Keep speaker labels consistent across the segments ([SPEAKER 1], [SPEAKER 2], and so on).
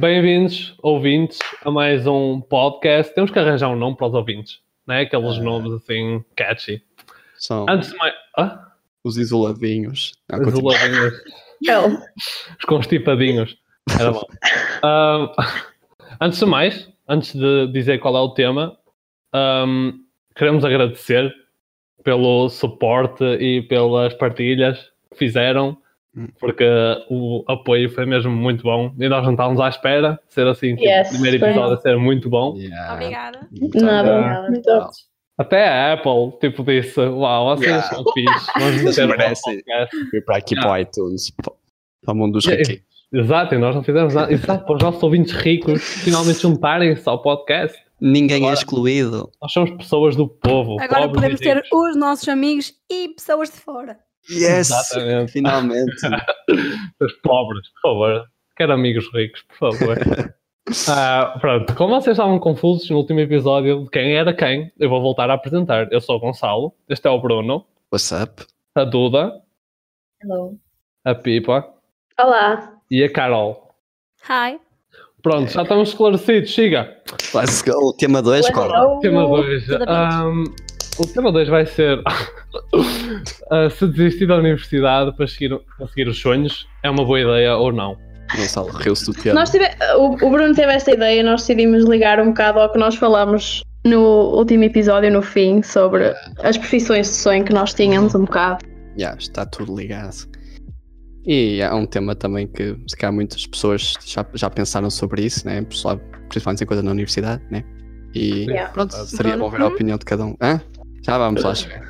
[SPEAKER 1] Bem-vindos, ouvintes, a mais um podcast. Temos que arranjar um nome para os ouvintes, né? Aqueles
[SPEAKER 2] Ah.
[SPEAKER 1] nomes assim catchy.
[SPEAKER 2] São
[SPEAKER 1] Antes de mais. Ah,
[SPEAKER 2] os isoladinhos. Ah,
[SPEAKER 1] os
[SPEAKER 2] continua.
[SPEAKER 1] louvinhos,
[SPEAKER 3] Não.
[SPEAKER 1] os constipadinhos. Era bom. Ahm, antes de mais, antes de dizer qual é o tema, ahm, queremos agradecer pelo suporte e pelas partilhas que fizeram,
[SPEAKER 2] Hum.
[SPEAKER 1] porque o apoio foi mesmo muito bom. E nós não estávamos à espera de ser assim, tipo,
[SPEAKER 3] Yes,
[SPEAKER 1] o primeiro
[SPEAKER 3] foi.
[SPEAKER 1] episódio a ser muito bom.
[SPEAKER 2] Yeah.
[SPEAKER 4] Obrigada.
[SPEAKER 2] Então,
[SPEAKER 1] Nada.
[SPEAKER 3] Então,
[SPEAKER 1] Até a Apple, tipo, disse: Uau, vocês
[SPEAKER 2] Yeah.
[SPEAKER 1] são fixe, vamos
[SPEAKER 2] Vocês
[SPEAKER 1] meter um
[SPEAKER 2] merecem.
[SPEAKER 1] podcast.
[SPEAKER 2] Fui para aqui para o iTunes. Para para o mundo dos
[SPEAKER 1] Yeah.
[SPEAKER 2] riquinhos.
[SPEAKER 1] Exato, e nós não fizemos nada. Exato, para os nossos ouvintes ricos finalmente juntarem-se ao podcast.
[SPEAKER 2] Ninguém
[SPEAKER 1] Agora-
[SPEAKER 2] é excluído.
[SPEAKER 1] Nós somos pessoas do povo.
[SPEAKER 4] Agora
[SPEAKER 1] pobres
[SPEAKER 4] podemos
[SPEAKER 1] e
[SPEAKER 4] ter
[SPEAKER 1] ricos.
[SPEAKER 4] os nossos amigos e pessoas de fora.
[SPEAKER 2] Yes!
[SPEAKER 1] Exatamente.
[SPEAKER 2] Finalmente.
[SPEAKER 1] Os pobres, por favor. Quero amigos ricos, por favor. Ah, pronto, como vocês estavam confusos no último episódio de quem era quem, eu vou voltar a apresentar. Eu sou o Gonçalo, este é o Bruno,
[SPEAKER 2] What's up?
[SPEAKER 1] a Duda,
[SPEAKER 3] hello.
[SPEAKER 1] a Pipa
[SPEAKER 3] Olá.
[SPEAKER 1] e a Carol.
[SPEAKER 4] Hi.
[SPEAKER 1] Pronto, já estamos esclarecidos, siga.
[SPEAKER 2] Let's go. Tema 2, Cora.
[SPEAKER 1] Tema 2.
[SPEAKER 4] tudo bem?
[SPEAKER 1] o tema 2 vai ser ah, se desistir da universidade para seguir, para seguir os sonhos, é uma boa ideia ou não?
[SPEAKER 2] Gonçalo riu-se do tema.
[SPEAKER 3] Nós tive... o, o Bruno teve esta ideia, nós decidimos ligar um bocado ao que nós falámos no último episódio, no fim, sobre as profissões de sonho que nós tínhamos um bocado.
[SPEAKER 2] Yeah, está tudo ligado. E há um tema também que se calhar muitas pessoas já, já pensaram sobre isso, né? Pessoal, Principalmente em coisa na universidade, né? E
[SPEAKER 3] Yeah.
[SPEAKER 2] pronto,
[SPEAKER 1] Ah, então,
[SPEAKER 2] seria bom ver
[SPEAKER 1] né?
[SPEAKER 2] a opinião de cada um. Hã? Já vamos
[SPEAKER 1] É.
[SPEAKER 2] lá chegar.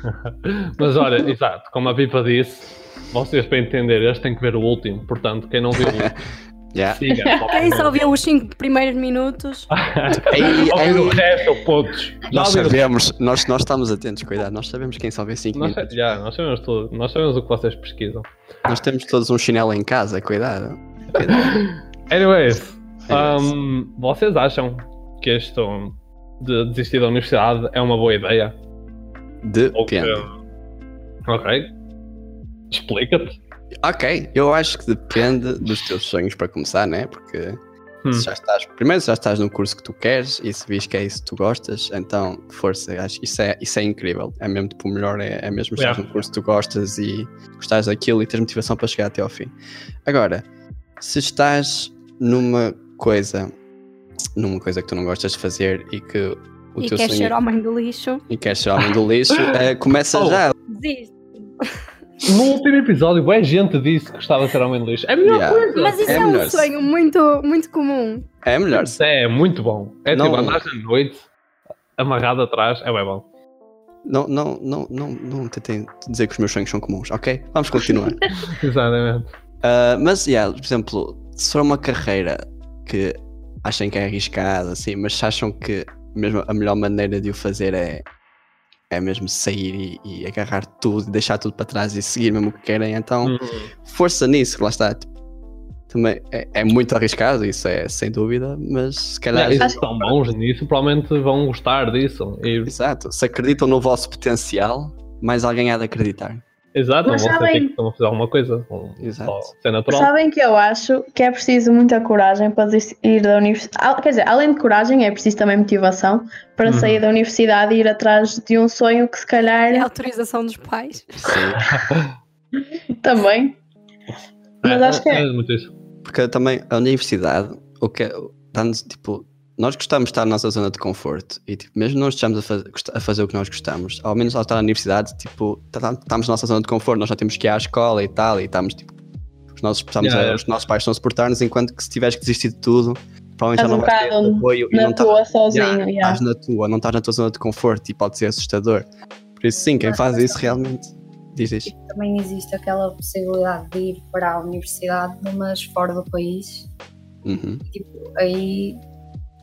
[SPEAKER 1] Mas olha, exato, como a Pipa disse, vocês para entender este têm que ver o último, portanto, quem não viu o último,
[SPEAKER 2] Yeah.
[SPEAKER 1] siga.
[SPEAKER 4] Quem só viu os 5 primeiros minutos?
[SPEAKER 2] Ah, Ei, ei,
[SPEAKER 1] Ouvir o resto, pontos.
[SPEAKER 2] Nós
[SPEAKER 1] Já viram-
[SPEAKER 2] sabemos, nós, nós estamos atentos, cuidado, nós sabemos quem só vê 5
[SPEAKER 1] Nós,
[SPEAKER 2] minutos.
[SPEAKER 1] já, nós sabemos tudo, nós sabemos o que vocês pesquisam.
[SPEAKER 2] Nós temos todos um chinelo em casa, cuidado.
[SPEAKER 1] Anyways,
[SPEAKER 2] Anyways.
[SPEAKER 1] um, vocês acham que este de desistir da universidade é uma boa ideia? Ou que- é-
[SPEAKER 2] Depende.
[SPEAKER 1] Ok. Explica-te.
[SPEAKER 2] Ok, eu acho que depende dos teus sonhos para começar, né? Porque
[SPEAKER 1] Hum.
[SPEAKER 2] se já estás, primeiro se já estás no curso que tu queres e se vês que é isso que tu gostas, então força, acho que isso é, isso é incrível. É mesmo tipo o melhor, é, é mesmo estás
[SPEAKER 1] Yeah.
[SPEAKER 2] no curso que tu gostas e gostares daquilo e tens motivação para chegar até ao fim. Agora, se estás numa coisa, numa coisa que tu não gostas de fazer e que o
[SPEAKER 4] e
[SPEAKER 2] teu
[SPEAKER 4] quer
[SPEAKER 2] sonho
[SPEAKER 4] ser homem do lixo?
[SPEAKER 2] e queres ser homem do lixo, eh, começa
[SPEAKER 1] Oh.
[SPEAKER 2] já.
[SPEAKER 4] Desiste.
[SPEAKER 1] No último episódio, boa gente disse que gostava de ser homem de lixo. É a melhor
[SPEAKER 2] Yeah.
[SPEAKER 1] coisa.
[SPEAKER 4] Mas isso
[SPEAKER 2] É
[SPEAKER 4] é, um
[SPEAKER 2] melhor.
[SPEAKER 4] sonho muito, muito comum.
[SPEAKER 2] É melhor.
[SPEAKER 1] Isso é muito bom. É
[SPEAKER 2] Não.
[SPEAKER 1] tipo andar à noite, amarrado atrás, é bem bom.
[SPEAKER 2] Não, não, não, não, não tentem dizer que os meus sonhos são comuns, ok? Vamos continuar.
[SPEAKER 1] Exatamente.
[SPEAKER 2] Ah, mas, yeah, por exemplo, se for uma carreira que achem que é arriscada, assim, mas se acham que mesmo a melhor maneira de o fazer é, é mesmo sair e, e agarrar tudo, e deixar tudo para trás e seguir mesmo o que querem, então
[SPEAKER 1] Hum.
[SPEAKER 2] força nisso, que lá está. tipo, Também é, é muito arriscado, isso é sem dúvida, mas se calhar.
[SPEAKER 1] Eles estão bons nisso, provavelmente vão gostar disso. E,
[SPEAKER 2] Exato, se acreditam no vosso potencial, mais alguém há de acreditar.
[SPEAKER 1] exato, não vão
[SPEAKER 3] Mas
[SPEAKER 1] sentir
[SPEAKER 3] sabem-
[SPEAKER 1] que estão a fazer alguma coisa. vão
[SPEAKER 2] Exato.
[SPEAKER 1] Só ser natural.
[SPEAKER 3] Sabem que eu acho que é preciso muita coragem para ir da universidade. Quer dizer, além de coragem, é preciso também motivação para
[SPEAKER 1] Uhum.
[SPEAKER 3] sair da universidade e ir atrás de um sonho que se calhar
[SPEAKER 4] É a autorização dos pais.
[SPEAKER 2] Sim.
[SPEAKER 3] também. Mas
[SPEAKER 1] É,
[SPEAKER 3] acho que é.
[SPEAKER 1] é muito isso.
[SPEAKER 2] Porque também a universidade, o que é- dá-nos tipo. Nós gostamos de estar na nossa zona de conforto e tipo, mesmo não estejamos a, faz- gost- a fazer o que nós gostamos, ao menos ao estar na universidade, tipo, tá- tá- estamos na nossa zona de conforto, nós já temos que ir à escola e tal, e estamos tipo. Os nossos, estamos
[SPEAKER 1] Yeah,
[SPEAKER 2] a-
[SPEAKER 1] yeah.
[SPEAKER 2] os nossos pais estão a suportar-nos, enquanto que se tiveres que desistir de tudo, provavelmente já
[SPEAKER 3] Estás
[SPEAKER 2] não
[SPEAKER 3] um
[SPEAKER 2] vais ter
[SPEAKER 3] bocado
[SPEAKER 2] apoio e
[SPEAKER 3] Na
[SPEAKER 2] não tá-
[SPEAKER 3] tua, sozinho.
[SPEAKER 2] Yeah,
[SPEAKER 3] yeah.
[SPEAKER 2] estás na tua, não estás na tua zona de conforto e pode ser assustador. Por isso, sim,
[SPEAKER 3] Ah,
[SPEAKER 2] quem faz isso realmente diz isto.
[SPEAKER 5] também existe aquela possibilidade de ir para a universidade, mas fora do país.
[SPEAKER 2] Uhum.
[SPEAKER 5] Aí,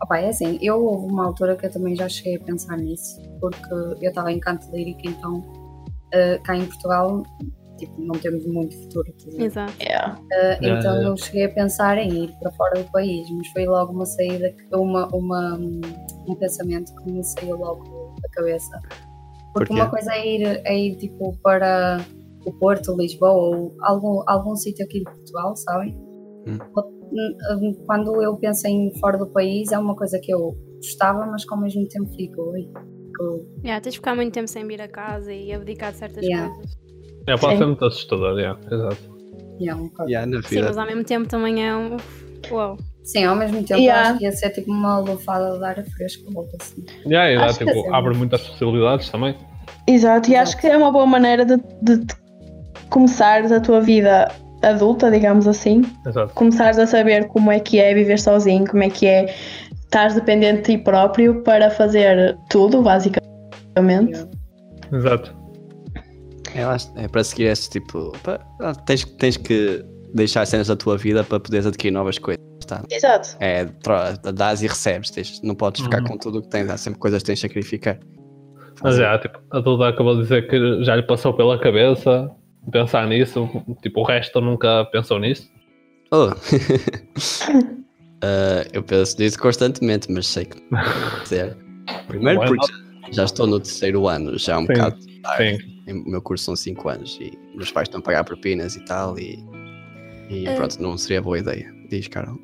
[SPEAKER 5] opa, é assim, eu houve uma altura que eu também já cheguei a pensar nisso, porque eu estava em canto lírico, então eh, cá em Portugal, tipo, não temos muito futuro. estás a ver?
[SPEAKER 4] Exato.
[SPEAKER 3] Yeah.
[SPEAKER 5] Eh,
[SPEAKER 1] É,
[SPEAKER 5] então
[SPEAKER 1] é.
[SPEAKER 5] eu cheguei a pensar em ir para fora do país, mas foi logo uma saída, que- uma, uma, um pensamento que me saiu logo da cabeça. Porque
[SPEAKER 2] Porquê?
[SPEAKER 5] uma coisa é ir, é ir tipo para o Porto, Lisboa ou algum, algum sítio aqui de Portugal, sabem?
[SPEAKER 2] Hum.
[SPEAKER 5] Hum, Quando eu penso em fora do país, é uma coisa que eu gostava, mas que ao mesmo tempo fico. Ui, que-
[SPEAKER 4] Yeah, tens de ficar muito tempo sem vir a casa e abdicar de certas
[SPEAKER 5] Yeah.
[SPEAKER 4] coisas.
[SPEAKER 1] É, pode
[SPEAKER 5] Sim.
[SPEAKER 1] ser muito assustador, yeah, exato.
[SPEAKER 5] e é um bocado-
[SPEAKER 2] Yeah, na
[SPEAKER 4] Sim,
[SPEAKER 2] vida.
[SPEAKER 4] mas ao mesmo tempo também é um. Uau.
[SPEAKER 5] Sim, ao mesmo tempo
[SPEAKER 3] Yeah.
[SPEAKER 5] eu acho que ia ser tipo uma lufada de ar fresco ou algo assim.
[SPEAKER 1] Yeah, e dá,
[SPEAKER 5] Acho que
[SPEAKER 1] tipo,
[SPEAKER 5] sim.
[SPEAKER 1] abre muitas possibilidades também.
[SPEAKER 3] Exato, e acho
[SPEAKER 5] Exato.
[SPEAKER 3] que é uma boa maneira de, de te- começares a tua vida adulta, digamos assim.
[SPEAKER 1] Exato.
[SPEAKER 3] Começares a saber como é que é viver sozinho, como é que é estar dependente de ti próprio para fazer tudo, basicamente.
[SPEAKER 5] Yeah.
[SPEAKER 1] Exato.
[SPEAKER 2] Eu acho- É, para seguir esse tipo. pa- ah, tens, tens que deixar cenas da tua vida para poderes adquirir novas coisas. Tá?
[SPEAKER 3] Exato.
[SPEAKER 2] É, tro- dás e recebes. tens- não podes ficar
[SPEAKER 1] Uhum.
[SPEAKER 2] com tudo o que tens. Há sempre coisas que tens de sacrificar.
[SPEAKER 1] Mas já, tipo, a Duda acabou de dizer que já lhe passou pela cabeça pensar nisso, tipo, o resto nunca pensou nisso.
[SPEAKER 2] Oh. Ah, eu penso nisso constantemente, mas sei que não vou dizer. Primeiro
[SPEAKER 1] Why
[SPEAKER 2] porque já- já estou no terceiro ano, já é um
[SPEAKER 1] Sim.
[SPEAKER 2] bocado tarde.
[SPEAKER 1] Sim,
[SPEAKER 2] O meu curso são 5 anos e meus pais estão a pagar propinas e tal e, e
[SPEAKER 4] Ah.
[SPEAKER 2] pronto, não seria boa ideia. Diz, Carol.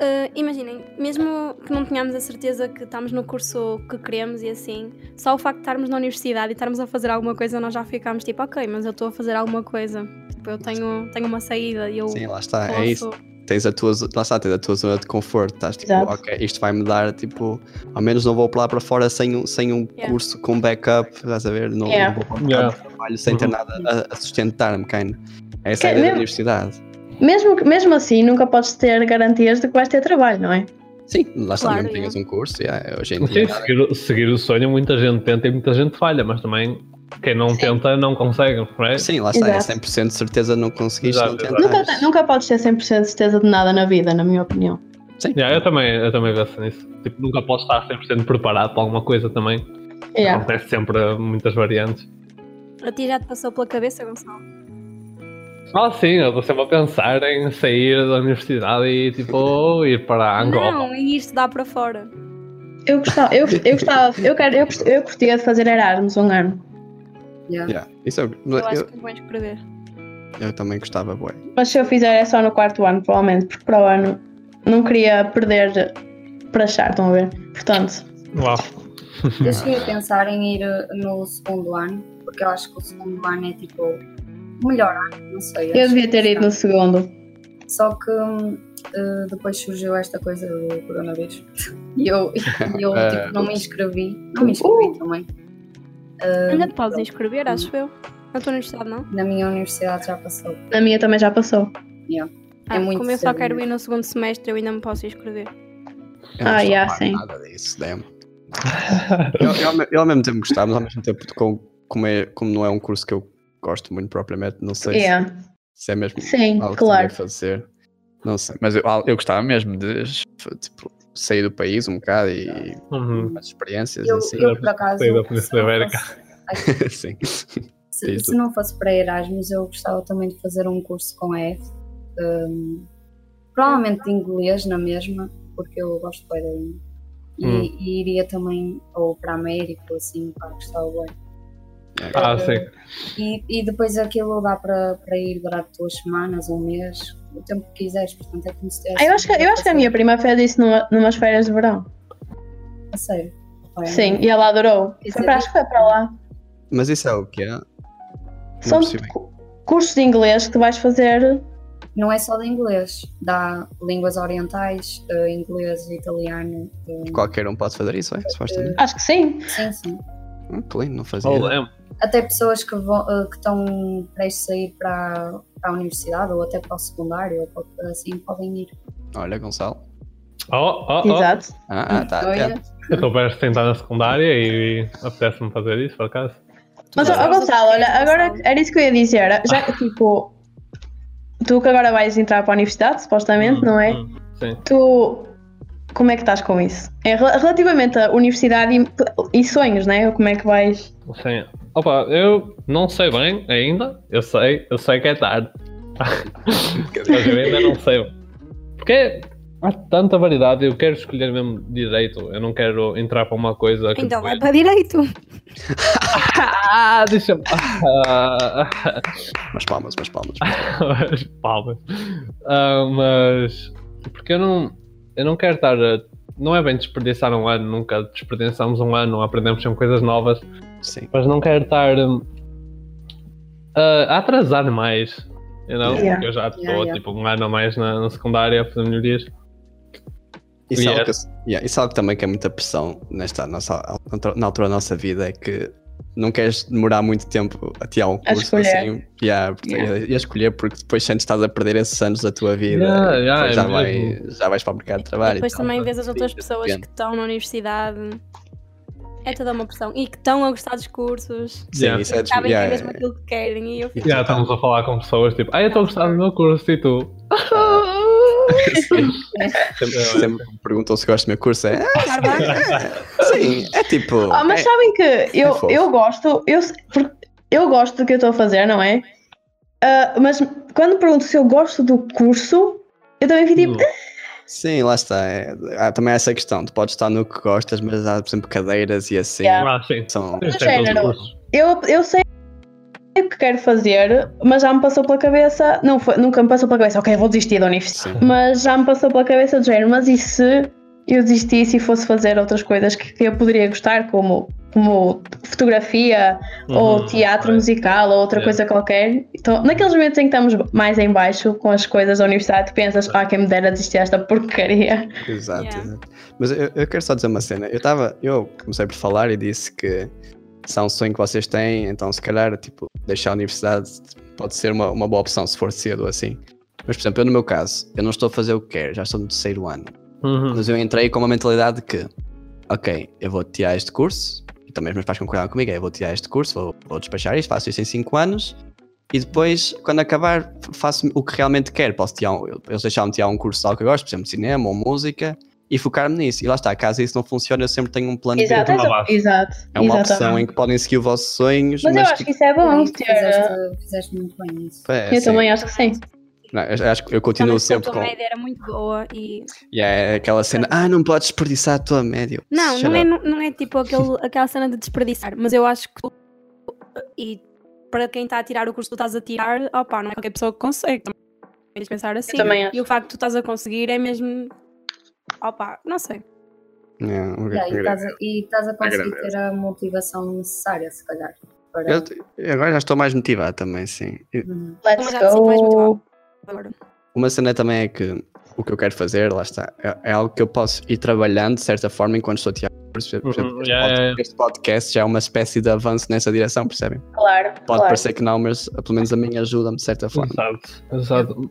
[SPEAKER 4] Ah, imaginem, mesmo que não tenhamos a certeza que estamos no curso que queremos e assim, só o facto de estarmos na universidade e estarmos a fazer alguma coisa, nós já ficamos tipo, ok, mas eu estou a fazer alguma coisa. Tipo, eu tenho, tenho uma saída e eu
[SPEAKER 2] Sim, lá está,
[SPEAKER 4] posso.
[SPEAKER 2] é isso. Tens a tua, zo- lá está, tens a tua zona de conforto. Estás tipo,
[SPEAKER 3] Exato.
[SPEAKER 2] ok, isto vai me dar, tipo, ao menos não vou para lá para fora sem um, sem um
[SPEAKER 4] Yeah.
[SPEAKER 2] curso com backup, estás a ver? Não,
[SPEAKER 3] Yeah.
[SPEAKER 2] não vou para um
[SPEAKER 1] Yeah.
[SPEAKER 2] bocado de trabalho sem ter
[SPEAKER 1] Uhum.
[SPEAKER 2] nada a, a sustentar-me, kind. Essa é a
[SPEAKER 3] Que-
[SPEAKER 2] ideia da
[SPEAKER 3] mesmo-
[SPEAKER 2] universidade.
[SPEAKER 3] Mesmo, que- mesmo assim, nunca podes ter garantias de que vais ter trabalho, não é?
[SPEAKER 2] Sim, lá está,
[SPEAKER 4] Claro,
[SPEAKER 2] mesmo tinhas um curso, yeah, hoje em
[SPEAKER 1] Sim,
[SPEAKER 2] dia.
[SPEAKER 1] seguir, seguir o sonho, muita gente tenta e muita gente falha, mas também quem não tenta não consegue, não é?
[SPEAKER 2] Sim, lá está,
[SPEAKER 3] Exato. tá,
[SPEAKER 2] é 100% de certeza não conseguiste,
[SPEAKER 1] Exato,
[SPEAKER 2] não
[SPEAKER 1] exato.
[SPEAKER 2] tentares.
[SPEAKER 3] Nunca, te- nunca podes ter 100% de certeza de nada na vida, na minha opinião.
[SPEAKER 2] Sim.
[SPEAKER 1] Yeah, eu também, eu também penso nisso. Tipo, nunca posso estar 100% preparado para alguma coisa também.
[SPEAKER 3] Yeah.
[SPEAKER 1] Acontece sempre muitas variantes.
[SPEAKER 4] A ti já te passou pela cabeça, Gonçalo?
[SPEAKER 1] Ah, sim, eu estou sempre a pensar em sair da universidade e tipo ir para Angola.
[SPEAKER 4] Não, e isto dá para fora.
[SPEAKER 3] Eu gostava, eu, eu gostava, eu quero, eu, gost- eu curtia de fazer Erasmus um ano,
[SPEAKER 5] Yeah.
[SPEAKER 2] Yeah, Isso é,
[SPEAKER 4] Eu,
[SPEAKER 2] eu,
[SPEAKER 4] acho
[SPEAKER 2] eu,
[SPEAKER 4] que vou escrever.
[SPEAKER 2] também gostava, boy.
[SPEAKER 3] mas se eu fizer é só no quarto ano, provavelmente, porque para o ano não queria perder para achar, estão a ver? Portanto,
[SPEAKER 1] Uau.
[SPEAKER 5] Eu
[SPEAKER 1] Uhum.
[SPEAKER 5] cheguei a pensar em ir eh, no segundo ano, porque eu acho que o segundo ano é tipo o melhor ano, não sei.
[SPEAKER 3] eu
[SPEAKER 5] acho
[SPEAKER 3] devia
[SPEAKER 5] que
[SPEAKER 3] ter
[SPEAKER 5] está.
[SPEAKER 3] ido no segundo.
[SPEAKER 5] Só que hum, eh, depois surgiu esta coisa do coronavírus e eu, e eu
[SPEAKER 2] Ah,
[SPEAKER 5] tipo, não me inscrevi. Não me inscrevi
[SPEAKER 3] Uh!
[SPEAKER 5] também.
[SPEAKER 4] Ainda te podes inscrever, acho eu. Na tua universidade, não?
[SPEAKER 5] Na minha universidade já passou.
[SPEAKER 3] Na minha também já passou.
[SPEAKER 5] É
[SPEAKER 4] Ah,
[SPEAKER 5] muito
[SPEAKER 4] como eu só
[SPEAKER 5] cedo,
[SPEAKER 4] quero
[SPEAKER 5] né?
[SPEAKER 4] ir no segundo semestre, eu ainda me posso inscrever.
[SPEAKER 2] Eu não
[SPEAKER 3] Ah,
[SPEAKER 2] sou
[SPEAKER 3] yeah,
[SPEAKER 2] mais
[SPEAKER 3] sim.
[SPEAKER 2] Nada disso, damn. eu, eu ao me- eu ao mesmo tempo gostava, mas ao mesmo tempo, com- como, é, como não é um curso que eu gosto muito propriamente, não sei se-
[SPEAKER 3] Yeah.
[SPEAKER 2] se, é mesmo
[SPEAKER 3] Sim,
[SPEAKER 2] algo
[SPEAKER 3] claro.
[SPEAKER 2] que eu fazer. Não sei, mas eu, eu gostava mesmo de tipo, sair do país um bocado e
[SPEAKER 1] Uhum.
[SPEAKER 2] as experiências
[SPEAKER 5] Eu,
[SPEAKER 2] assim.
[SPEAKER 5] eu por acaso.
[SPEAKER 1] Saí da Península
[SPEAKER 5] se não
[SPEAKER 1] Ibérica.
[SPEAKER 5] fosse-
[SPEAKER 2] Sim.
[SPEAKER 5] Se,
[SPEAKER 2] Isso.
[SPEAKER 5] se não fosse para Erasmus, eu gostava também de fazer um curso com a F. hum, provavelmente de inglês na mesma, porque eu gosto bem da língua. E,
[SPEAKER 1] Hum.
[SPEAKER 5] e iria também ou para a América, ou assim, para gostava bem.
[SPEAKER 1] Ah, sim.
[SPEAKER 5] E, e depois aquilo dá para, para ir durante duas semanas, um mês, o tempo que quiseres, portanto é como se tivesse-
[SPEAKER 3] Ah, eu acho que, eu acho que a minha prima fez isso numa, numas férias de verão.
[SPEAKER 5] A sério. Olha,
[SPEAKER 3] Sim, e ela adorou.
[SPEAKER 5] Isso
[SPEAKER 3] Foi para,
[SPEAKER 5] é bom.
[SPEAKER 3] acho que foi para lá.
[SPEAKER 2] Mas isso é o que é?
[SPEAKER 3] São
[SPEAKER 2] percebi.
[SPEAKER 3] cu- cursos de inglês que tu vais fazer.
[SPEAKER 5] Não é só de inglês, dá línguas orientais, eh, inglês, italiano. eh,
[SPEAKER 2] Qualquer um pode fazer isso, é? Supostamente.
[SPEAKER 3] Acho que sim.
[SPEAKER 5] Sim, sim.
[SPEAKER 2] Hum, que lindo, não fazia.
[SPEAKER 1] Oh, damn.
[SPEAKER 5] até pessoas que, vão, eh, que estão prestes a ir para, para a universidade ou até para o secundário ou qualquer coisa assim podem ir.
[SPEAKER 2] Olha, Gonçalo.
[SPEAKER 1] Oh, oh, oh.
[SPEAKER 3] Exato.
[SPEAKER 2] Ah, ah, tá.
[SPEAKER 5] Olha,
[SPEAKER 2] atento.
[SPEAKER 1] Eu estou perto de sentar na secundária e apetece-me fazer isso, por acaso.
[SPEAKER 3] Mas,
[SPEAKER 4] Tu
[SPEAKER 3] ó, ó,
[SPEAKER 4] sabes o que
[SPEAKER 3] Gonçalo, olha,
[SPEAKER 4] queres,
[SPEAKER 3] agora
[SPEAKER 4] Gonçalo?
[SPEAKER 3] era isso que eu ia dizer. Era- Já que, tipo, tu que agora vais entrar para a universidade, supostamente, não é?
[SPEAKER 1] Hum, Sim.
[SPEAKER 3] Tu, como é que estás com isso? É, rel- relativamente à universidade e, e sonhos, né? Como é que vais...
[SPEAKER 1] Sim. Opa, eu não sei bem ainda. Eu sei, eu sei que é tarde. Mas eu ainda não sei. Porque há tanta variedade, eu quero escolher mesmo direito. Eu não quero entrar para uma coisa que.
[SPEAKER 4] Então vai
[SPEAKER 1] depois-
[SPEAKER 4] para direito.
[SPEAKER 1] Ah, deixa-me. Ah, ah,
[SPEAKER 2] Mas palmas, mas palmas.
[SPEAKER 1] as palmas. Ah, mas. Porque eu não. Eu não quero estar. a- Não é bem desperdiçar um ano, nunca desperdiçamos um ano, aprendemos sempre coisas novas,
[SPEAKER 2] Sim.
[SPEAKER 1] mas não quero estar. hum, a a atrasar mais. You know?
[SPEAKER 3] Yeah.
[SPEAKER 1] Porque Eu já estou
[SPEAKER 5] Yeah, yeah.
[SPEAKER 1] tipo um ano a mais na, na secundária a fazer melhorias.
[SPEAKER 2] Isso, é algo
[SPEAKER 1] Yeah.
[SPEAKER 2] que, yeah, isso é algo também que é muita pressão nesta nossa, na altura da nossa vida, é que não queres demorar muito tempo a tirar um curso
[SPEAKER 3] escolher.
[SPEAKER 2] assim yeah, porque- e a escolher, porque depois sentes que estás a perder esses anos da tua vida.
[SPEAKER 1] Yeah,
[SPEAKER 2] e
[SPEAKER 1] yeah,
[SPEAKER 2] depois
[SPEAKER 1] é
[SPEAKER 2] já, vai,
[SPEAKER 1] mesmo.
[SPEAKER 2] já vais para o mercado de
[SPEAKER 4] E
[SPEAKER 2] trabalho.
[SPEAKER 4] depois
[SPEAKER 2] e tal. é?
[SPEAKER 4] também vês as outras
[SPEAKER 2] Sim,
[SPEAKER 4] pessoas
[SPEAKER 2] depende.
[SPEAKER 4] que estão na universidade. É toda uma pressão. E que estão a gostar dos cursos.
[SPEAKER 2] Sim,
[SPEAKER 1] Yeah.
[SPEAKER 2] isso é
[SPEAKER 4] Sabem que é
[SPEAKER 2] yeah,
[SPEAKER 4] mesmo aquilo que querem. E eu fico.
[SPEAKER 1] Já estamos a falar com pessoas tipo, ah, eu estou a gostar do meu curso e tu.
[SPEAKER 2] sempre, sempre que me perguntam se gosto do meu curso. É, "Ah,
[SPEAKER 4] Claro, vai.
[SPEAKER 2] sim, é tipo.
[SPEAKER 3] Ah, mas
[SPEAKER 2] é,
[SPEAKER 3] sabem que eu,
[SPEAKER 2] fofo.
[SPEAKER 3] eu gosto, eu, se- porque eu gosto do que eu estou a fazer, não é? Ah, mas quando pergunto se eu gosto do curso, eu também fico tipo,
[SPEAKER 2] sim, lá está. é- há também essa questão. Tu podes estar no que gostas, mas há, por exemplo, cadeiras e assim.
[SPEAKER 3] Yeah.
[SPEAKER 1] Ah, sim.
[SPEAKER 2] São,
[SPEAKER 1] Tens de ter todos os
[SPEAKER 3] género.
[SPEAKER 1] cursos.
[SPEAKER 3] eu, eu sei o que quero fazer, mas já me passou pela cabeça, não foi, nunca me passou pela cabeça, ok, vou desistir da universidade,
[SPEAKER 2] sim.
[SPEAKER 3] mas já me passou pela cabeça do género, mas e se eu desistisse e fosse fazer outras coisas que, que eu poderia gostar, como, como fotografia, ou
[SPEAKER 1] Uhum.
[SPEAKER 3] teatro musical ou outra
[SPEAKER 1] Yeah.
[SPEAKER 3] coisa qualquer. Então, naqueles momentos em que estamos mais em baixo com as coisas da universidade, tu pensas, ah, quem me dera desistir desta porcaria.
[SPEAKER 2] Exato,
[SPEAKER 4] Yeah.
[SPEAKER 2] exato. Mas eu, eu quero só dizer uma cena. Eu estava, eu comecei por falar e disse que se há um sonho que vocês têm, então se calhar, tipo, deixar a universidade pode ser uma, uma boa opção se for cedo ou assim. Mas, por exemplo, eu no meu caso, eu não estou a fazer o que quero, já estou no terceiro ano.
[SPEAKER 1] Uhum.
[SPEAKER 2] Mas eu entrei com uma mentalidade que, ok, eu vou tirar este curso, e também os meus pais concordaram comigo, é, eu vou tirar este curso, vou, vou despachar isto, faço isto em 5 anos, e depois, quando acabar, faço o que realmente quero. Posso tirar um, eles deixaram-me tirar um curso de algo que eu gosto, por exemplo, cinema ou música, e focar-me nisso. E lá está, caso isso não funcione, eu sempre tenho um plano B.
[SPEAKER 3] Exato,
[SPEAKER 1] uma
[SPEAKER 3] exato,
[SPEAKER 1] base.
[SPEAKER 3] exato.
[SPEAKER 2] É uma
[SPEAKER 3] exatamente.
[SPEAKER 2] opção em que podem seguir os vossos sonhos,
[SPEAKER 3] Mas,
[SPEAKER 2] mas,
[SPEAKER 3] eu acho
[SPEAKER 2] tipo,
[SPEAKER 3] que isso é bom ter.
[SPEAKER 5] Fizeste, fizeste muito bem isso.
[SPEAKER 2] é,
[SPEAKER 3] eu
[SPEAKER 2] sim.
[SPEAKER 3] também acho que sim.
[SPEAKER 2] Não, eu acho que eu
[SPEAKER 4] Também
[SPEAKER 2] continuo
[SPEAKER 4] porque a
[SPEAKER 2] sempre
[SPEAKER 4] tua
[SPEAKER 2] com.
[SPEAKER 4] média era muito boa e
[SPEAKER 2] E é aquela cena, ah, não podes desperdiçar a tua média.
[SPEAKER 4] não,
[SPEAKER 2] Shut
[SPEAKER 4] não é,
[SPEAKER 2] up.
[SPEAKER 4] não é tipo aquele, aquela cena de desperdiçar, mas eu acho que tu, e para quem está a tirar o curso que tu estás a tirar, opá, não é qualquer pessoa que consegue, também tens de pensar assim.
[SPEAKER 3] também acho.
[SPEAKER 4] E o facto de tu estás a conseguir é mesmo, opá, não sei.
[SPEAKER 2] É, um
[SPEAKER 5] Yeah, e
[SPEAKER 2] grande-
[SPEAKER 5] estás a- e estás a conseguir
[SPEAKER 2] Agradeço.
[SPEAKER 5] ter a motivação necessária, se calhar. Para...
[SPEAKER 2] Eu, eu agora já estou mais motivado também, sim. E
[SPEAKER 5] Uhum.
[SPEAKER 3] Let's
[SPEAKER 4] Mas já te sinto mais
[SPEAKER 3] go.
[SPEAKER 4] motivado. Agora,
[SPEAKER 2] Uma cena também é que o que eu quero fazer, lá está, é, é algo que eu posso ir trabalhando de certa forma enquanto estou a tirar. Por exemplo,
[SPEAKER 1] Uhum,
[SPEAKER 2] este,
[SPEAKER 1] yeah,
[SPEAKER 2] pod-
[SPEAKER 1] yeah.
[SPEAKER 2] este podcast já é uma espécie de avanço nessa direção, percebem?
[SPEAKER 3] Claro,
[SPEAKER 2] Pode
[SPEAKER 3] claro.
[SPEAKER 2] parecer que não, mas pelo menos a minha ajuda-me de certa forma.
[SPEAKER 1] Exato, exato.
[SPEAKER 2] Posso
[SPEAKER 1] Uhum.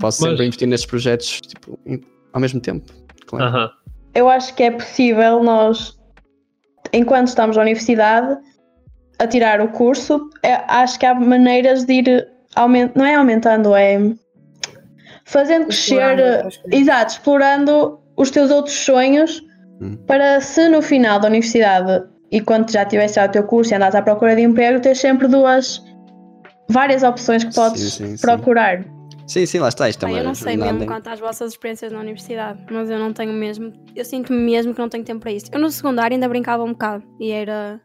[SPEAKER 1] Mas-
[SPEAKER 2] sempre investir nestes projetos tipo, em- ao mesmo tempo. Claro.
[SPEAKER 1] Aham.
[SPEAKER 3] Eu acho que é possível nós, enquanto estamos na universidade, a tirar o curso, é- acho que há maneiras de ir aumentando, não é aumentando, é fazendo crescer.
[SPEAKER 5] Explorando outras coisas.
[SPEAKER 3] Exato, explorando os teus outros sonhos
[SPEAKER 2] Hum.
[SPEAKER 3] para se no final da universidade e quando já tiveres tirado o teu curso e andas à procura de emprego, tens sempre duas várias opções que
[SPEAKER 2] Sim,
[SPEAKER 3] podes
[SPEAKER 2] sim, sim.
[SPEAKER 3] procurar.
[SPEAKER 2] Sim, sim, lá está. Isto é
[SPEAKER 4] pá,
[SPEAKER 2] também
[SPEAKER 4] eu não sei mesmo
[SPEAKER 2] em-
[SPEAKER 4] quanto às vossas experiências na universidade, mas eu não tenho mesmo, eu sinto-me mesmo que não tenho tempo para isso. Eu no secundário ainda brincava um bocado e era,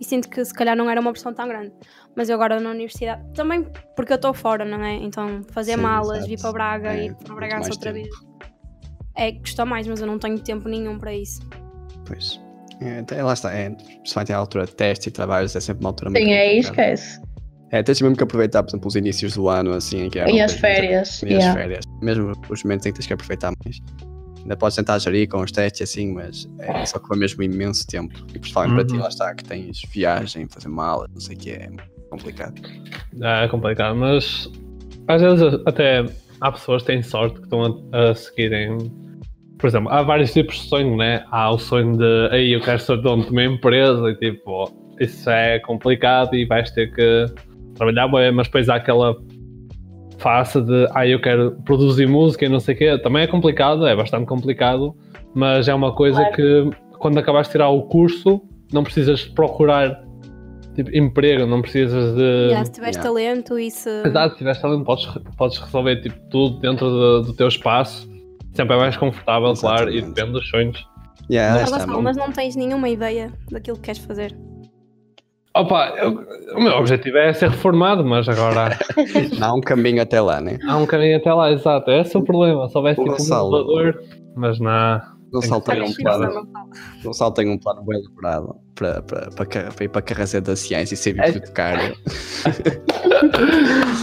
[SPEAKER 4] e sinto que se calhar não era uma opção tão grande, mas eu agora na universidade, também porque eu estou fora, não é? Então fazer
[SPEAKER 2] Sim,
[SPEAKER 4] malas,
[SPEAKER 2] exato.
[SPEAKER 4] vir para Braga,
[SPEAKER 2] É,
[SPEAKER 4] ir para
[SPEAKER 2] muito
[SPEAKER 4] Bragança
[SPEAKER 2] mais
[SPEAKER 4] outra
[SPEAKER 2] tempo.
[SPEAKER 4] vez. É, custa mais, mas eu não tenho tempo nenhum para isso.
[SPEAKER 2] Pois. É, até- lá está. É, principalmente a altura de testes e trabalhos, é sempre uma altura muito
[SPEAKER 3] Sim, aí
[SPEAKER 2] complicada.
[SPEAKER 3] esquece.
[SPEAKER 2] É, tens mesmo que aproveitar, por exemplo, os inícios do ano, assim, em que é,
[SPEAKER 3] E
[SPEAKER 2] não
[SPEAKER 3] as
[SPEAKER 2] tens muito-
[SPEAKER 3] férias.
[SPEAKER 2] E as
[SPEAKER 3] yeah.
[SPEAKER 2] férias. Mesmo os momentos em que tens que aproveitar mais. Ainda podes tentar gerir com os testes e assim, mas é só que foi mesmo imenso tempo. E por falar para ti,
[SPEAKER 1] Uhum.
[SPEAKER 2] lá está, que tens viagem, fazer mala, não sei o que, é complicado.
[SPEAKER 1] É complicado, mas às vezes até há pessoas que têm sorte que estão a, a seguirem. Por exemplo, há vários tipos de sonho, né? Há o sonho de aí eu quero ser dono de uma empresa e tipo, ó, isso é complicado e vais ter que trabalhar bem, mas depois há aquela face de ah, eu quero produzir música e não sei o quê. Também é complicado, é bastante complicado, mas é uma coisa que quando acabas de tirar o curso não precisas procurar tipo, emprego, não precisas de.
[SPEAKER 4] Yeah, se tiveres
[SPEAKER 2] Eh, yeah.
[SPEAKER 4] talento e se...
[SPEAKER 1] Exato, se tiveres talento, podes, re- podes resolver tipo, tudo dentro do, do teu espaço. Sempre é mais confortável, claro, e
[SPEAKER 2] Exatamente.
[SPEAKER 1] depende dos sonhos.
[SPEAKER 2] Yeah, lá
[SPEAKER 4] Mas, lá
[SPEAKER 2] Ah, está,
[SPEAKER 4] está,
[SPEAKER 2] não-
[SPEAKER 4] mas não tens nenhuma ideia daquilo que queres fazer.
[SPEAKER 1] Opa, eu- o meu objetivo é ser reformado, mas agora
[SPEAKER 2] Não há um caminho até lá, né?
[SPEAKER 1] há um caminho até lá, exato. Esse é o problema. Se houvesse
[SPEAKER 2] O
[SPEAKER 1] tipo um
[SPEAKER 2] Gonçalo.
[SPEAKER 1] elevador, mas não.
[SPEAKER 2] Gonçalo tem um
[SPEAKER 1] Sim,
[SPEAKER 2] plano,
[SPEAKER 1] claro.
[SPEAKER 2] Gonçalo tem um plano bem elaborado para, para, para, car- para ir para a carreira da ciência e ser
[SPEAKER 1] É
[SPEAKER 2] bibliotecário.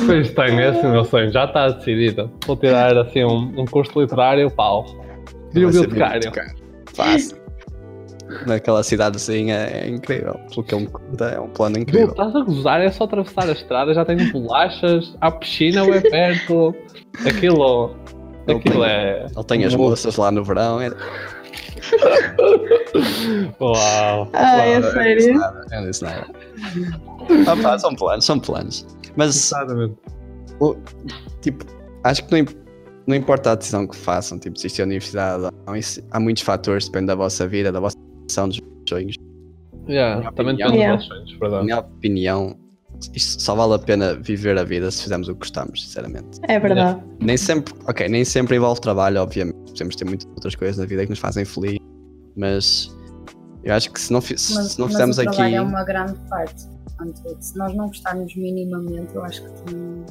[SPEAKER 1] Pois tenho, esse é o meu sonho, já está decidido. Vou tirar assim um, um curso literário, pau.
[SPEAKER 2] Vai ser
[SPEAKER 1] Bibliotecário.
[SPEAKER 2] Fácil. Naquela cidadezinha é incrível. Pelo que ele me conta, é um plano
[SPEAKER 1] Tu
[SPEAKER 2] incrível.
[SPEAKER 1] estás a gozar, é só atravessar a estrada, já tenho bolachas, há piscina bem perto. Aquilo.
[SPEAKER 2] Não
[SPEAKER 1] Aquilo
[SPEAKER 2] tem.
[SPEAKER 1] é.
[SPEAKER 2] Ele tem as moças lá no verão. É,
[SPEAKER 1] Uau!
[SPEAKER 5] Ah,
[SPEAKER 3] Ai, é
[SPEAKER 2] Claro,
[SPEAKER 3] sério.
[SPEAKER 2] Eu não disse nada. Ah, pá, são planos, são planos. Mas,
[SPEAKER 1] Exatamente.
[SPEAKER 2] tipo, acho que não, im- não importa a decisão que façam, tipo, se isto é universidade ou não, isso- há muitos fatores, depende da vossa vida, da vossa decisão, dos vossos sonhos.
[SPEAKER 1] Yeah, também depende
[SPEAKER 3] Yeah.
[SPEAKER 1] dos nossos sonhos,
[SPEAKER 2] Na
[SPEAKER 1] verdade.
[SPEAKER 2] minha opinião, isto só vale a pena viver a vida se fizermos o que gostamos, sinceramente.
[SPEAKER 3] É verdade.
[SPEAKER 2] Nem sempre, ok, nem sempre envolve trabalho, obviamente. Podemos ter muitas outras coisas na vida que nos fazem feliz, mas eu acho que se não, fi- se-
[SPEAKER 5] Mas,
[SPEAKER 2] se não
[SPEAKER 5] mas
[SPEAKER 2] fizermos
[SPEAKER 5] o trabalho
[SPEAKER 2] aqui.
[SPEAKER 5] é uma grande parte. Portanto, se nós não gostarmos minimamente, eu acho que também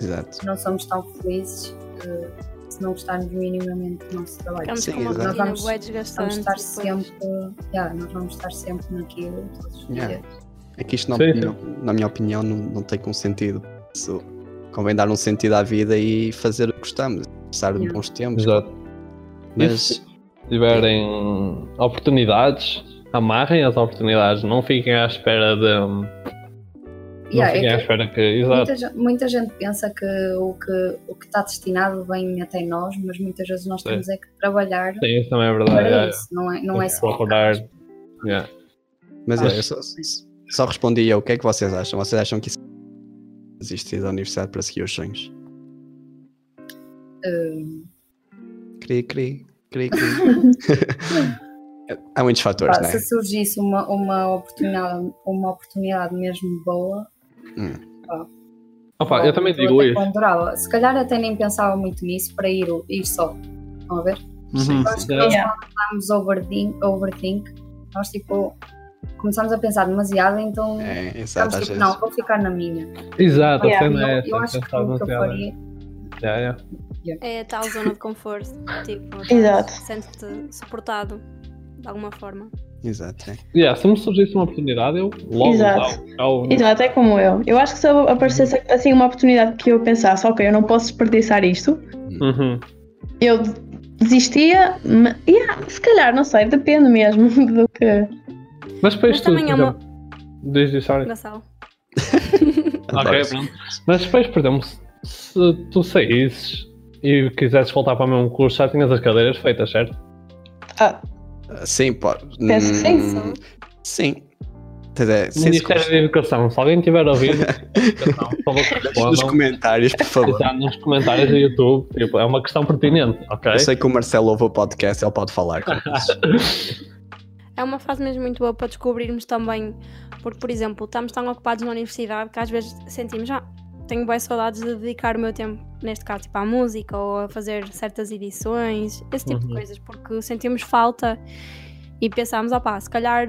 [SPEAKER 2] Exato.
[SPEAKER 5] não somos tão felizes eh, se não gostarmos minimamente do nosso trabalho.
[SPEAKER 4] Ficamos
[SPEAKER 2] Sim,
[SPEAKER 4] com uma
[SPEAKER 2] exato.
[SPEAKER 4] rotina
[SPEAKER 5] Nós vamos-
[SPEAKER 4] bué
[SPEAKER 5] Vamos
[SPEAKER 4] desgastante. tipo,
[SPEAKER 5] estar
[SPEAKER 4] depois.
[SPEAKER 5] sempre, yeah, nós vamos estar sempre naquilo todos os
[SPEAKER 2] Yeah.
[SPEAKER 5] dias.
[SPEAKER 2] É que isto, na,
[SPEAKER 1] Sim,
[SPEAKER 2] opinião- na minha opinião, não, não tem com sentido. Isso convém dar um sentido à vida e fazer o que gostamos, passar
[SPEAKER 5] Yeah.
[SPEAKER 2] bons tempos.
[SPEAKER 1] Exato.
[SPEAKER 2] Mas
[SPEAKER 1] Se tiverem oportunidades, amarrem as oportunidades, não fiquem à espera de. não
[SPEAKER 5] Yeah,
[SPEAKER 1] fiquem
[SPEAKER 5] é
[SPEAKER 1] à
[SPEAKER 5] que
[SPEAKER 1] espera que. Exato.
[SPEAKER 5] muita, gen- muita gente pensa que o que o que está destinado vem até nós, mas muitas vezes nós
[SPEAKER 1] Sim.
[SPEAKER 5] temos é que trabalhar
[SPEAKER 1] Sim, isso também é verdade.
[SPEAKER 5] para
[SPEAKER 1] yeah,
[SPEAKER 5] isso, não é, não
[SPEAKER 1] yeah. Tem
[SPEAKER 5] é
[SPEAKER 1] que
[SPEAKER 5] só
[SPEAKER 1] procurar. Yeah.
[SPEAKER 2] Mas
[SPEAKER 5] Acho-
[SPEAKER 2] é, eu só, só respondi eu. O que é que vocês acham? Vocês acham que isso existe da universidade para seguir os sonhos?
[SPEAKER 5] eh,
[SPEAKER 2] Cri, cri, cri, cri. Há muitos fatores,
[SPEAKER 5] pá,
[SPEAKER 2] não
[SPEAKER 5] se
[SPEAKER 2] é?
[SPEAKER 5] surgisse uma, uma, oportunidade, uma oportunidade mesmo boa,
[SPEAKER 1] Opa,
[SPEAKER 5] Bom,
[SPEAKER 1] eu também
[SPEAKER 5] eu
[SPEAKER 1] digo
[SPEAKER 5] até
[SPEAKER 1] isso.
[SPEAKER 5] ponderava. Se calhar até nem pensava muito nisso para ir, ir só. Estão a ver?
[SPEAKER 2] Sim,
[SPEAKER 5] Nós
[SPEAKER 2] sim.
[SPEAKER 5] que
[SPEAKER 1] Yeah.
[SPEAKER 5] nós estamos overthink, overthink, nós tipo começamos a pensar demasiado, então
[SPEAKER 2] É,
[SPEAKER 5] estamos
[SPEAKER 2] exato, às
[SPEAKER 5] tipo,
[SPEAKER 2] vezes.
[SPEAKER 5] não, vou ficar na minha.
[SPEAKER 1] Exato, a
[SPEAKER 3] Yeah,
[SPEAKER 1] cena é
[SPEAKER 5] eu,
[SPEAKER 1] essa.
[SPEAKER 5] eu acho que
[SPEAKER 1] pensar
[SPEAKER 5] nunca
[SPEAKER 1] demasiado.
[SPEAKER 5] faria.
[SPEAKER 1] Yeah, yeah.
[SPEAKER 4] É a tal zona de conforto. tipo,
[SPEAKER 3] Exato.
[SPEAKER 4] sentes-te suportado de alguma forma.
[SPEAKER 2] Exato, é.
[SPEAKER 1] Yeah, se me surgisse uma oportunidade, eu logo
[SPEAKER 3] Exato.
[SPEAKER 1] usava. Tchau.
[SPEAKER 3] Exato, é como eu. Eu acho que se aparecesse assim uma oportunidade que eu pensasse, ok, eu não posso desperdiçar isto,
[SPEAKER 1] Uhum.
[SPEAKER 3] eu desistia, mas, yeah, se calhar, não sei, depende mesmo do que.
[SPEAKER 1] Mas depois
[SPEAKER 4] Mas
[SPEAKER 1] tu.
[SPEAKER 4] também é uma.
[SPEAKER 1] Diz, diz, sorry.
[SPEAKER 4] Engraçado.
[SPEAKER 1] Ok,
[SPEAKER 2] Adoro.
[SPEAKER 1] pronto. Mas depois, por exemplo, se, se tu saísses e quisesses voltar para o mesmo curso, já tinhas as cadeiras feitas, certo?
[SPEAKER 3] Ah,
[SPEAKER 2] Sim, pode.
[SPEAKER 3] Penso que sim,
[SPEAKER 2] Hum, Sim. Quer dizer, sim, se
[SPEAKER 1] Ministério da Educação, se alguém tiver ouvido, Educação, por favor,
[SPEAKER 2] corrigem nos
[SPEAKER 1] respondam.
[SPEAKER 2] comentários, por favor.
[SPEAKER 1] Exato, nos comentários do YouTube, tipo, é uma questão pertinente, ok?
[SPEAKER 2] Eu sei que o Marcelo ouve o podcast, ele pode falar com isso.
[SPEAKER 4] É uma fase mesmo muito boa para descobrirmos também, porque, por exemplo, estamos tão ocupados na universidade que às vezes sentimos, ah, tenho boas saudades de dedicar o meu tempo, neste caso, tipo, à música ou a fazer certas edições, esse tipo de
[SPEAKER 1] Uhum.
[SPEAKER 4] coisas, porque sentimos falta e pensámos, opá, se calhar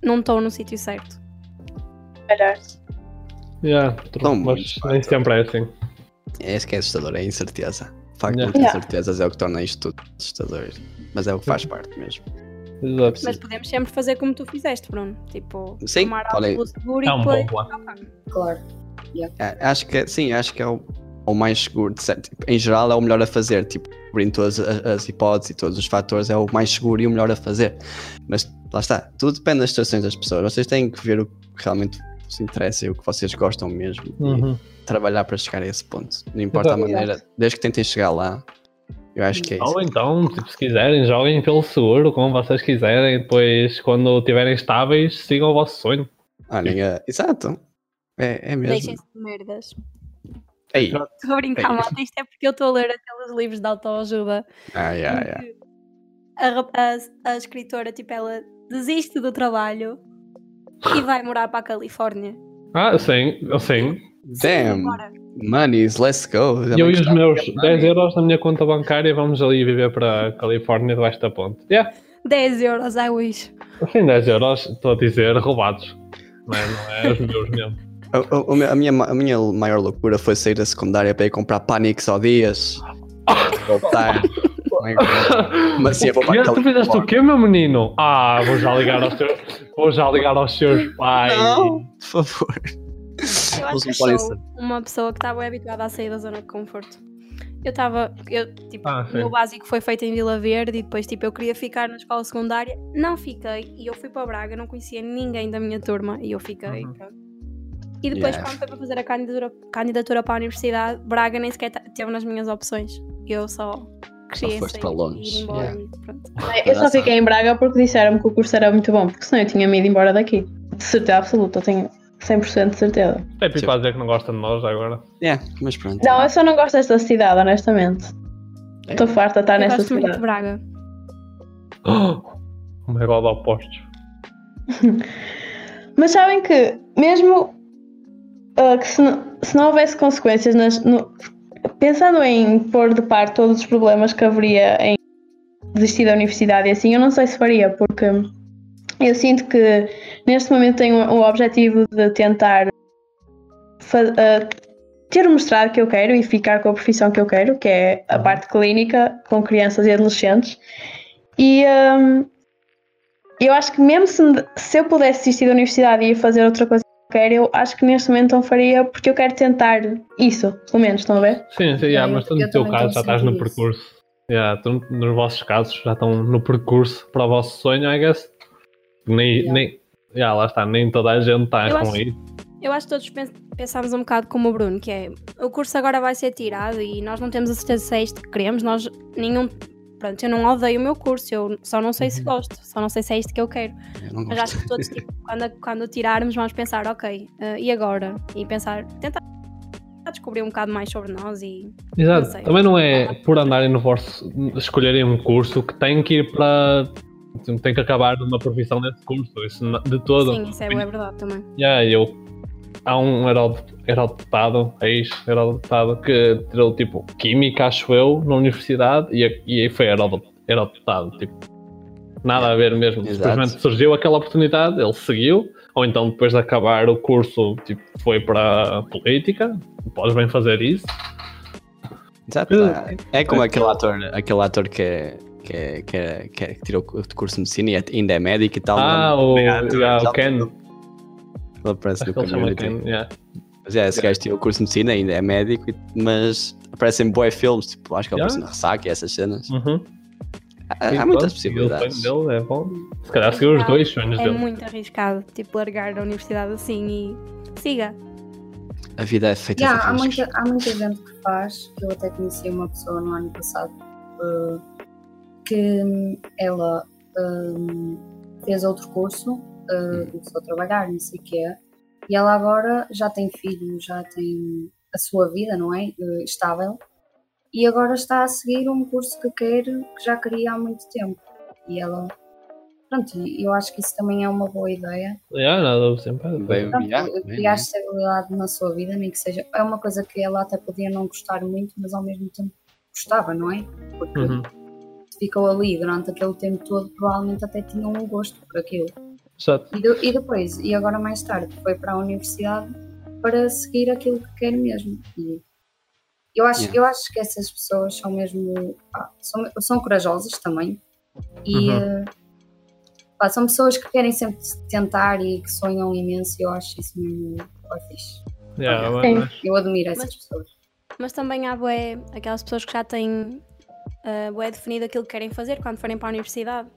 [SPEAKER 4] não estou no sítio certo.
[SPEAKER 3] se calhar.
[SPEAKER 1] Yeah, true,
[SPEAKER 2] Tão
[SPEAKER 1] mas
[SPEAKER 2] muito,
[SPEAKER 1] nem
[SPEAKER 2] pá,
[SPEAKER 1] sempre é assim.
[SPEAKER 2] É isso que é assustador, é a incerteza. O facto de
[SPEAKER 1] Yeah.
[SPEAKER 2] não ter
[SPEAKER 3] Yeah.
[SPEAKER 2] certezas é o que torna isto tudo assustador. Mas é o que
[SPEAKER 1] Uhum.
[SPEAKER 2] faz parte mesmo.
[SPEAKER 1] Exato.
[SPEAKER 4] Mas podemos sempre fazer como tu fizeste, Bruno, tipo,
[SPEAKER 2] Sim,
[SPEAKER 4] tomar
[SPEAKER 2] olha aí.
[SPEAKER 4] algo seguro
[SPEAKER 1] É
[SPEAKER 4] e
[SPEAKER 1] um bom
[SPEAKER 4] depois...
[SPEAKER 1] plano.
[SPEAKER 5] Claro.
[SPEAKER 2] É, acho que é- sim, acho que é o, o mais seguro. de certo. Tipo, em geral é o melhor a fazer. Tipo, cobrindo todas a- as, hipóteses e todos os fatores é o mais seguro e o melhor a fazer. Mas lá está, tudo depende das situações das pessoas. Vocês têm que ver o que realmente vos interessa e o que vocês gostam mesmo. E
[SPEAKER 1] Uhum.
[SPEAKER 2] trabalhar para chegar a esse ponto. Não importa a
[SPEAKER 1] Exato.
[SPEAKER 2] maneira, desde que tentem chegar lá. Eu acho que é isso.
[SPEAKER 1] Ou então, tipo, se quiserem, joguem pelo seguro, como vocês quiserem, depois, quando estiverem estáveis, sigam o vosso sonho.
[SPEAKER 2] Olhem, é- exato. É, é mesmo.
[SPEAKER 4] Deixem-se de merdas.
[SPEAKER 2] Ei.
[SPEAKER 4] Estou a brincar,
[SPEAKER 2] Ei.
[SPEAKER 4] malta. Isto é porque eu estou a ler aqueles livros de autoajuda
[SPEAKER 2] Ai, ai, ai.
[SPEAKER 4] Porque A, rap- a- a escritora, tipo, ela desiste do trabalho e vai morar para a Califórnia.
[SPEAKER 1] Ah, sim, sim.
[SPEAKER 2] Damn.
[SPEAKER 4] Bora.
[SPEAKER 2] Monies, let's go. Já
[SPEAKER 1] eu
[SPEAKER 2] não
[SPEAKER 1] e os
[SPEAKER 2] gostava.
[SPEAKER 1] meus 10 euros na minha conta bancária vamos ali viver para a Califórnia debaixo da ponte. Yeah, assim,
[SPEAKER 4] 10 euros, I wish.
[SPEAKER 1] sem 10 euros, estou a dizer, roubados. não é, não é os meus mesmo.
[SPEAKER 2] A, a- a minha, a minha maior loucura foi sair da secundária para ir comprar Panics ao Dias. Voltar. Oh Mas sim, eu vou para
[SPEAKER 1] Tu fizeste o
[SPEAKER 2] Califórnia.
[SPEAKER 1] quê, meu menino? Ah, vou já ligar aos teus, vou já ligar aos seus pais.
[SPEAKER 2] Não, por favor.
[SPEAKER 4] Eu
[SPEAKER 2] Eles
[SPEAKER 4] acho que
[SPEAKER 2] não podem
[SPEAKER 4] sou uma pessoa que estava habituada a sair da zona de conforto. Eu estava, eu, tipo,
[SPEAKER 1] Ah,
[SPEAKER 4] o
[SPEAKER 1] sim.
[SPEAKER 4] meu básico foi feito em Vila Verde e depois, tipo, eu queria ficar na escola secundária, não fiquei e eu fui para Braga, não conhecia ninguém da minha turma e eu fiquei.
[SPEAKER 1] Uhum.
[SPEAKER 4] pronto. E depois,
[SPEAKER 2] Yeah.
[SPEAKER 4] quando foi para fazer a candidatura, candidatura para a universidade, Braga nem sequer ta- teve nas minhas opções. Eu só queria
[SPEAKER 2] Ah, foste
[SPEAKER 4] sair
[SPEAKER 2] para
[SPEAKER 4] e
[SPEAKER 2] longe.
[SPEAKER 4] ir embora.
[SPEAKER 2] Yeah.
[SPEAKER 4] e pronto.
[SPEAKER 3] Eu só fiquei em Braga porque disseram-me que o curso era muito bom, porque senão eu tinha me ido embora daqui. De certeza absoluta, tenho 100% de certeza.
[SPEAKER 1] É pipa a dizer que não gosta de nós agora.
[SPEAKER 2] É, mas pronto.
[SPEAKER 3] Não, eu só não gosto desta cidade, honestamente.
[SPEAKER 2] É.
[SPEAKER 3] Estou farta de estar
[SPEAKER 4] Eu
[SPEAKER 3] nesta
[SPEAKER 4] gosto muito
[SPEAKER 3] cidade.
[SPEAKER 4] de Braga.
[SPEAKER 1] Oh my god, opostos.
[SPEAKER 3] Mas sabem que, mesmo ah, que se não, se não houvesse consequências, nas- no- pensando em pôr de parte todos os problemas que haveria em desistir da universidade e assim, eu não sei se faria, porque eu sinto que neste momento tenho o objetivo de tentar fa- ah, ter o mestrado que eu quero e ficar com a profissão que eu quero, que é a parte clínica com crianças e adolescentes. E. ah, eu acho que mesmo se, me- se eu pudesse desistir da universidade e ir fazer outra coisa que eu quero, eu acho que neste momento não faria porque eu quero tentar isso, pelo menos, estão a ver?
[SPEAKER 1] Sim, sim, yeah,
[SPEAKER 5] Eu-
[SPEAKER 1] mas tu
[SPEAKER 5] eu
[SPEAKER 1] no teu
[SPEAKER 5] também
[SPEAKER 1] caso
[SPEAKER 5] tenho
[SPEAKER 1] já estás no
[SPEAKER 5] sentido isso.
[SPEAKER 1] percurso. Yeah, tu, nos vossos casos já estão no percurso para o vosso sonho, I guess. Nem,
[SPEAKER 5] Yeah.
[SPEAKER 1] nem, yeah, lá está, nem toda a gente está
[SPEAKER 4] Eu
[SPEAKER 1] com
[SPEAKER 4] acho-
[SPEAKER 1] isso.
[SPEAKER 4] Eu acho que todos pens- pensámos um bocado como o Bruno, que é o curso agora vai ser tirado e nós não temos a certeza se é isto que queremos, nós nenhum. Pronto, eu não odeio o meu curso, eu só não sei se
[SPEAKER 1] Uhum.
[SPEAKER 4] gosto, só não sei se é isto que eu quero.
[SPEAKER 2] Eu não
[SPEAKER 4] Mas
[SPEAKER 2] gosto.
[SPEAKER 4] acho que todos, tipo, quando, quando o tirarmos, vamos pensar, ok, eh, e agora? E pensar, tentar descobrir um bocado mais sobre nós e.
[SPEAKER 1] Exato.
[SPEAKER 4] não sei.
[SPEAKER 1] Também não é por andarem no vosso. escolherem um curso que tem que ir para. tem que acabar numa profissão nesse curso. Isso não- de todo.
[SPEAKER 4] Sim, isso é, é verdade também.
[SPEAKER 1] Yeah, eu. Há um herode- eurodeputado, ex-eurodeputado, que tirou tipo Química, acho eu, na universidade e, e aí foi herode- eurodeputado. Tipo, nada a ver mesmo.
[SPEAKER 2] Exato.
[SPEAKER 1] Simplesmente surgiu aquela oportunidade, ele seguiu, ou então depois de acabar o curso tipo, foi para a política. Podes bem fazer isso.
[SPEAKER 2] Exato. É como aquele ator, aquele ator que, é- que, é- que, é- que, é- que tirou o curso de medicina e ainda é médico e tal.
[SPEAKER 1] Ah,
[SPEAKER 2] não-
[SPEAKER 1] o,
[SPEAKER 2] é ator,
[SPEAKER 1] yeah,
[SPEAKER 2] já-
[SPEAKER 1] o Ken.
[SPEAKER 2] Ele aparece
[SPEAKER 1] Acho
[SPEAKER 2] no
[SPEAKER 1] que ele chama
[SPEAKER 2] community.
[SPEAKER 1] Ken. yeah.
[SPEAKER 2] Mas é, esse gajo tirou o curso de medicina ainda é médico, e- mas aparecem boé filmes, tipo, acho que ele
[SPEAKER 1] Yeah.
[SPEAKER 2] aparece no Ressaca e essas cenas.
[SPEAKER 1] Uhum.
[SPEAKER 2] Há,
[SPEAKER 1] Sim,
[SPEAKER 2] há muitas
[SPEAKER 1] pronto, seguiu
[SPEAKER 2] possibilidades.
[SPEAKER 1] O sonho dele é bom. Se calhar seguiu os dois sonhos
[SPEAKER 4] É
[SPEAKER 1] dele.
[SPEAKER 4] muito arriscado, tipo, largar a universidade assim e. siga.
[SPEAKER 2] A vida é feita
[SPEAKER 5] Yeah, há,
[SPEAKER 2] de
[SPEAKER 5] muita,
[SPEAKER 2] riscos.
[SPEAKER 5] há muita gente que faz, que eu até conheci uma pessoa no ano passado eh, que hum, ela hum, fez outro curso, eh, começou a trabalhar, não sei o quê, e ela agora já tem filho, já tem a sua vida, não é? Eh, estável, e agora está a seguir um curso que quer, que já queria há muito tempo. E ela, pronto, e eu acho que isso também é uma boa ideia.
[SPEAKER 1] Yeah, nada, sempre.
[SPEAKER 2] Bem,
[SPEAKER 5] Pronto,
[SPEAKER 2] yeah,
[SPEAKER 5] eu
[SPEAKER 2] bem,
[SPEAKER 5] criar estabilidade na sua vida, nem que seja. É uma coisa que ela até podia não gostar muito, mas ao mesmo tempo gostava, não é? Porque
[SPEAKER 1] Uhum.
[SPEAKER 5] ficou ali durante aquele tempo todo, provavelmente até tinha um gosto por aquilo.
[SPEAKER 1] Exato.
[SPEAKER 5] E, de- e depois, e agora mais tarde, foi para a universidade para seguir aquilo que quer mesmo. E eu acho,
[SPEAKER 2] Yeah.
[SPEAKER 5] eu acho que essas pessoas são mesmo. pá, são, são corajosas também. E. eh, pá, são pessoas que querem sempre tentar e que sonham imenso, e eu acho isso mesmo bué fixe.
[SPEAKER 2] É,
[SPEAKER 1] Yeah,
[SPEAKER 3] Sim.
[SPEAKER 1] mas,
[SPEAKER 5] Eu admiro essas
[SPEAKER 4] Mas-
[SPEAKER 5] pessoas.
[SPEAKER 4] Mas também há bué, aquelas pessoas que já têm ah, bué definido aquilo que querem fazer quando forem para a universidade.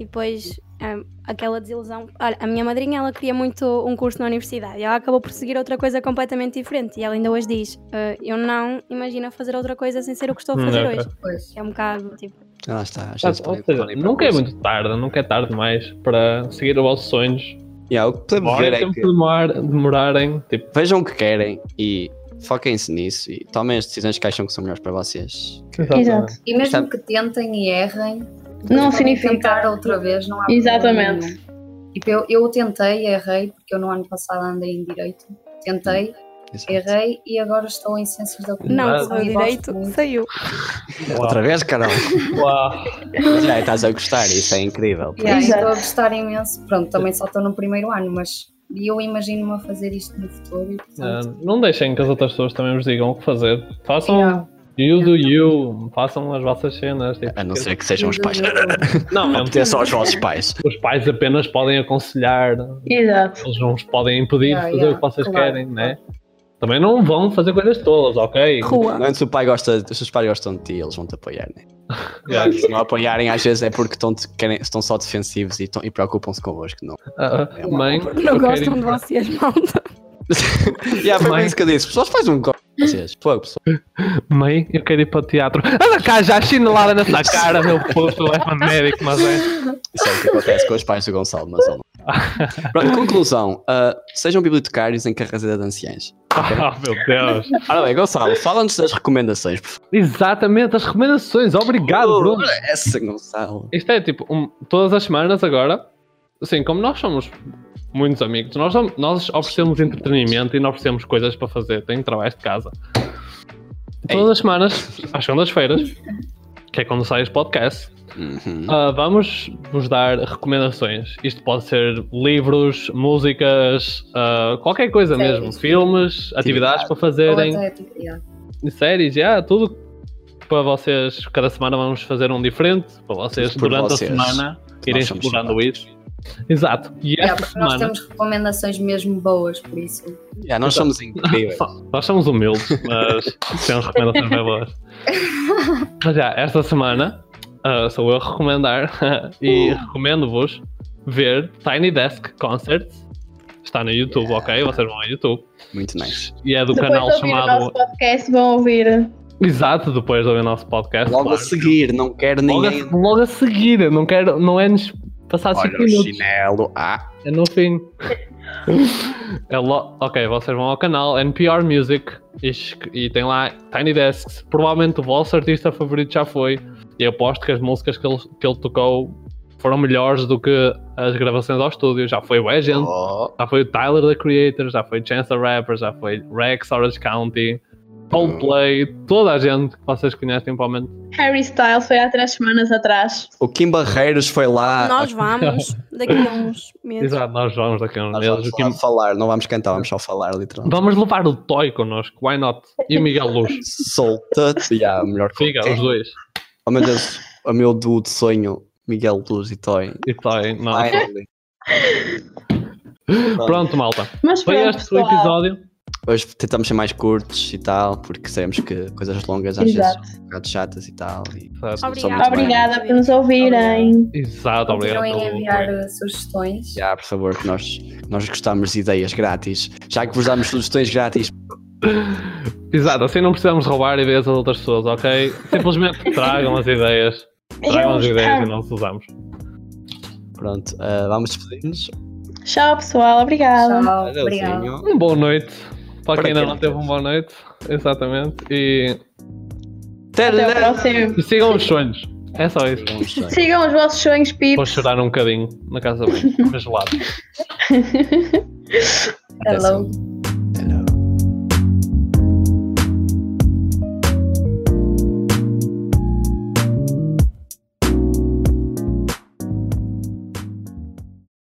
[SPEAKER 4] E depois ah, aquela desilusão. Olha, a minha madrinha ela queria muito um curso na universidade e ela acabou por seguir outra coisa completamente diferente. E ela ainda hoje diz: ah, Eu não imagino fazer outra coisa sem ser o que estou a
[SPEAKER 1] Hum,
[SPEAKER 4] fazer
[SPEAKER 1] ok.
[SPEAKER 4] hoje.
[SPEAKER 5] Pois.
[SPEAKER 4] Que é um bocado tipo.
[SPEAKER 2] ah, Lá está. às vezes
[SPEAKER 1] Exato,
[SPEAKER 2] podem-
[SPEAKER 1] ou seja,
[SPEAKER 2] podem ir para
[SPEAKER 1] nunca é
[SPEAKER 2] o curso.
[SPEAKER 1] muito tarde, nunca é tarde demais para seguir os vossos sonhos.
[SPEAKER 2] Yeah, o que podemos ver
[SPEAKER 1] Demorem
[SPEAKER 2] é
[SPEAKER 1] tempo
[SPEAKER 2] que
[SPEAKER 1] que demor- demorarem. Tipo,
[SPEAKER 2] vejam o que querem e foquem-se nisso e tomem as decisões que acham que são melhores para vocês. Que-
[SPEAKER 3] Exato.
[SPEAKER 5] E mesmo
[SPEAKER 2] Sabe-
[SPEAKER 5] que tentem e errem,
[SPEAKER 3] Não
[SPEAKER 5] podem
[SPEAKER 3] significa.
[SPEAKER 5] tentar outra vez, não há
[SPEAKER 3] Exatamente.
[SPEAKER 5] problema nenhum. Tipo, eu, eu tentei, errei, porque eu no ano passado andei em direito, tentei,
[SPEAKER 2] Exato.
[SPEAKER 5] Errei e agora estou em Ciências da
[SPEAKER 4] Não,
[SPEAKER 1] Ah.
[SPEAKER 4] que
[SPEAKER 5] Comunicação.
[SPEAKER 4] sou
[SPEAKER 5] e
[SPEAKER 4] direito,
[SPEAKER 5] gosto muito.
[SPEAKER 4] saiu.
[SPEAKER 2] Outra vez, caralho.
[SPEAKER 1] Uau.
[SPEAKER 2] Já estás a gostar, isso é incrível.
[SPEAKER 5] Yeah,
[SPEAKER 3] Exato.
[SPEAKER 5] estou a gostar imenso. Pronto, também só estou no primeiro ano, mas eu imagino-me a fazer isto no futuro. E,
[SPEAKER 1] Ah,
[SPEAKER 5] portanto,
[SPEAKER 1] não deixem que as outras pessoas também vos digam o que fazer. Façam
[SPEAKER 5] yeah.
[SPEAKER 1] you do you, façam as vossas cenas. tipo,
[SPEAKER 2] A não ser que sejam os pais.
[SPEAKER 1] Não, é um-
[SPEAKER 2] Obter só os vossos pais.
[SPEAKER 1] os pais apenas podem aconselhar,
[SPEAKER 3] Exato.
[SPEAKER 1] eles não os podem impedir
[SPEAKER 5] Yeah,
[SPEAKER 1] de fazer
[SPEAKER 5] yeah,
[SPEAKER 1] o que vocês
[SPEAKER 5] claro.
[SPEAKER 1] querem, né? Também não vão fazer coisas tolas, ok?
[SPEAKER 4] Rua.
[SPEAKER 2] Antes o pai gosta, se os pais gostam de ti, eles vão te apoiar, né?
[SPEAKER 1] Yeah.
[SPEAKER 2] Se não apoiarem, às vezes é porque estão, de- querem, estão só defensivos e, estão- e preocupam-se convosco, não?
[SPEAKER 1] Ah, ah, mãe,
[SPEAKER 4] Não
[SPEAKER 1] eu quero-
[SPEAKER 4] gostam de vocês, malta.
[SPEAKER 2] yeah, foi
[SPEAKER 1] Mãe.
[SPEAKER 2] bem isso que eu disse. Pessoas faz um golpe. Vocês, pô, pessoal.
[SPEAKER 1] Mãe, eu quero ir para o teatro. Anda cá, já chinelada nessa cara, meu puto, leva médico, mas é.
[SPEAKER 2] Isso é o que acontece com os pais do Gonçalo, mas não. Pronto, conclusão. ah, sejam bibliotecários em carreira de anciãs.
[SPEAKER 1] Ah, meu Deus.
[SPEAKER 2] Ora bem, Gonçalo, fala-nos das recomendações, por favor.
[SPEAKER 1] Exatamente, as recomendações, obrigado, Bruno.
[SPEAKER 2] Essa, Gonçalo.
[SPEAKER 1] Isto é tipo, um- todas as semanas agora, assim, como nós somos muitos amigos, nós, som- nós oferecemos entretenimento e nós oferecemos coisas para fazer, tenho trabalhos de casa.
[SPEAKER 2] Ei.
[SPEAKER 1] Todas as semanas, às segundas-feiras, que é quando sai os podcasts,
[SPEAKER 2] Uhum.
[SPEAKER 1] ah, vamos vos dar recomendações. Isto pode ser livros, músicas, ah, qualquer coisa
[SPEAKER 5] Séries.
[SPEAKER 1] mesmo, filmes, atividades para fazerem
[SPEAKER 5] Ou até, tipo, yeah.
[SPEAKER 1] séries, já, tudo para vocês. Cada semana vamos fazer um diferente para vocês
[SPEAKER 2] Tudo por
[SPEAKER 1] durante
[SPEAKER 2] vocês.
[SPEAKER 1] a semana irem
[SPEAKER 2] somos
[SPEAKER 1] explorando isso. Exato. E
[SPEAKER 5] Yeah,
[SPEAKER 1] esta
[SPEAKER 5] porque nós
[SPEAKER 1] semana
[SPEAKER 5] temos recomendações mesmo boas, por isso.
[SPEAKER 2] Yeah, nós somos incríveis.
[SPEAKER 1] só- nós somos humildes, mas temos recomendações bem boas. Mas já, esta semana ah, sou eu a recomendar e recomendo-vos ver Tiny Desk Concerts. Está no YouTube, ok? Vocês vão ao YouTube.
[SPEAKER 2] Muito nice.
[SPEAKER 1] E é do
[SPEAKER 3] Depois
[SPEAKER 1] canal
[SPEAKER 3] de ouvir o
[SPEAKER 1] chamado.
[SPEAKER 3] nosso podcast, vão ouvir.
[SPEAKER 1] Exato, depois de ouvir o nosso podcast.
[SPEAKER 2] Logo
[SPEAKER 1] claro.
[SPEAKER 2] a seguir, não quero
[SPEAKER 1] Logo a,
[SPEAKER 2] ninguém.
[SPEAKER 1] logo a seguir, eu não quero, não é nos passar 5
[SPEAKER 2] Olha o
[SPEAKER 1] minutos,
[SPEAKER 2] chinelo. Ah,
[SPEAKER 1] é no fim. É lo- Ok, vocês vão ao canal NPR Music e, es- e tem lá Tiny Desks. Provavelmente o vosso artista favorito já foi. E eu aposto que as músicas que ele, que ele tocou foram melhores do que as gravações ao estúdio. Já foi o Agent,
[SPEAKER 2] oh,
[SPEAKER 1] já foi o Tyler the Creator, já foi Chance the Rapper, já foi Rex Orange County, Coldplay, toda a gente que vocês conhecem, provavelmente.
[SPEAKER 3] Harry Styles foi há três semanas atrás.
[SPEAKER 2] o Kim Barreiros foi
[SPEAKER 5] Ah,
[SPEAKER 2] lá.
[SPEAKER 4] Nós vamos daqui a uns meses.
[SPEAKER 1] Exato, nós vamos daqui a uns
[SPEAKER 2] Nós
[SPEAKER 1] meses.
[SPEAKER 2] vamos
[SPEAKER 1] o Kim-
[SPEAKER 2] só falar, não vamos cantar, vamos só falar, literalmente.
[SPEAKER 1] Vamos levar o Toy connosco, why not? E o Miguel Luz.
[SPEAKER 2] Solta-te. Yeah, melhor que
[SPEAKER 1] Fica,
[SPEAKER 2] quem-
[SPEAKER 1] os dois.
[SPEAKER 2] Oh meu Deus, o meu duo de sonho, Miguel Luz e Toy.
[SPEAKER 1] E Toy, não.
[SPEAKER 2] Finally.
[SPEAKER 1] Pronto, malta.
[SPEAKER 3] Mas
[SPEAKER 1] Foi
[SPEAKER 3] pronto,
[SPEAKER 1] este o
[SPEAKER 3] pessoal.
[SPEAKER 1] episódio.
[SPEAKER 2] Hoje tentamos ser mais curtos e tal, porque sabemos que coisas longas às
[SPEAKER 3] Exato.
[SPEAKER 2] vezes são um bocado chatas e tal. E
[SPEAKER 1] Exato,
[SPEAKER 2] não são
[SPEAKER 4] Obrigada.
[SPEAKER 2] muito bem.
[SPEAKER 3] Obrigada por nos ouvirem.
[SPEAKER 1] Exato obrigado.
[SPEAKER 5] Continuem a
[SPEAKER 1] pelo-
[SPEAKER 5] enviar uh, sugestões.
[SPEAKER 2] Já, por favor, que nós, que nós gostamos de ideias grátis. Já que vos damos sugestões grátis,
[SPEAKER 1] Exato, assim não precisamos roubar ideias das outras pessoas, ok? Simplesmente tragam as ideias. Tragam as ideias e nós usamos.
[SPEAKER 2] pronto, ah, vamos despedir-nos.
[SPEAKER 3] Tchau, pessoal. Obrigada.
[SPEAKER 5] Tchau, obrigado.
[SPEAKER 2] Adeusinho.
[SPEAKER 1] Uma boa noite. Para
[SPEAKER 2] Para
[SPEAKER 1] quem
[SPEAKER 2] quem
[SPEAKER 1] ainda
[SPEAKER 2] não
[SPEAKER 1] não teve
[SPEAKER 2] teve.
[SPEAKER 1] uma boa noite, exatamente. E
[SPEAKER 3] Até o
[SPEAKER 2] Tadã!
[SPEAKER 3] próximo.
[SPEAKER 1] sigam os sonhos. É só isso.
[SPEAKER 2] Vamos lá.
[SPEAKER 3] Sigam os vossos sonhos,
[SPEAKER 1] Vou
[SPEAKER 3] pips.
[SPEAKER 1] chorar um bocadinho na casa bem, congelado.
[SPEAKER 2] Até
[SPEAKER 5] Hello.
[SPEAKER 2] segunda.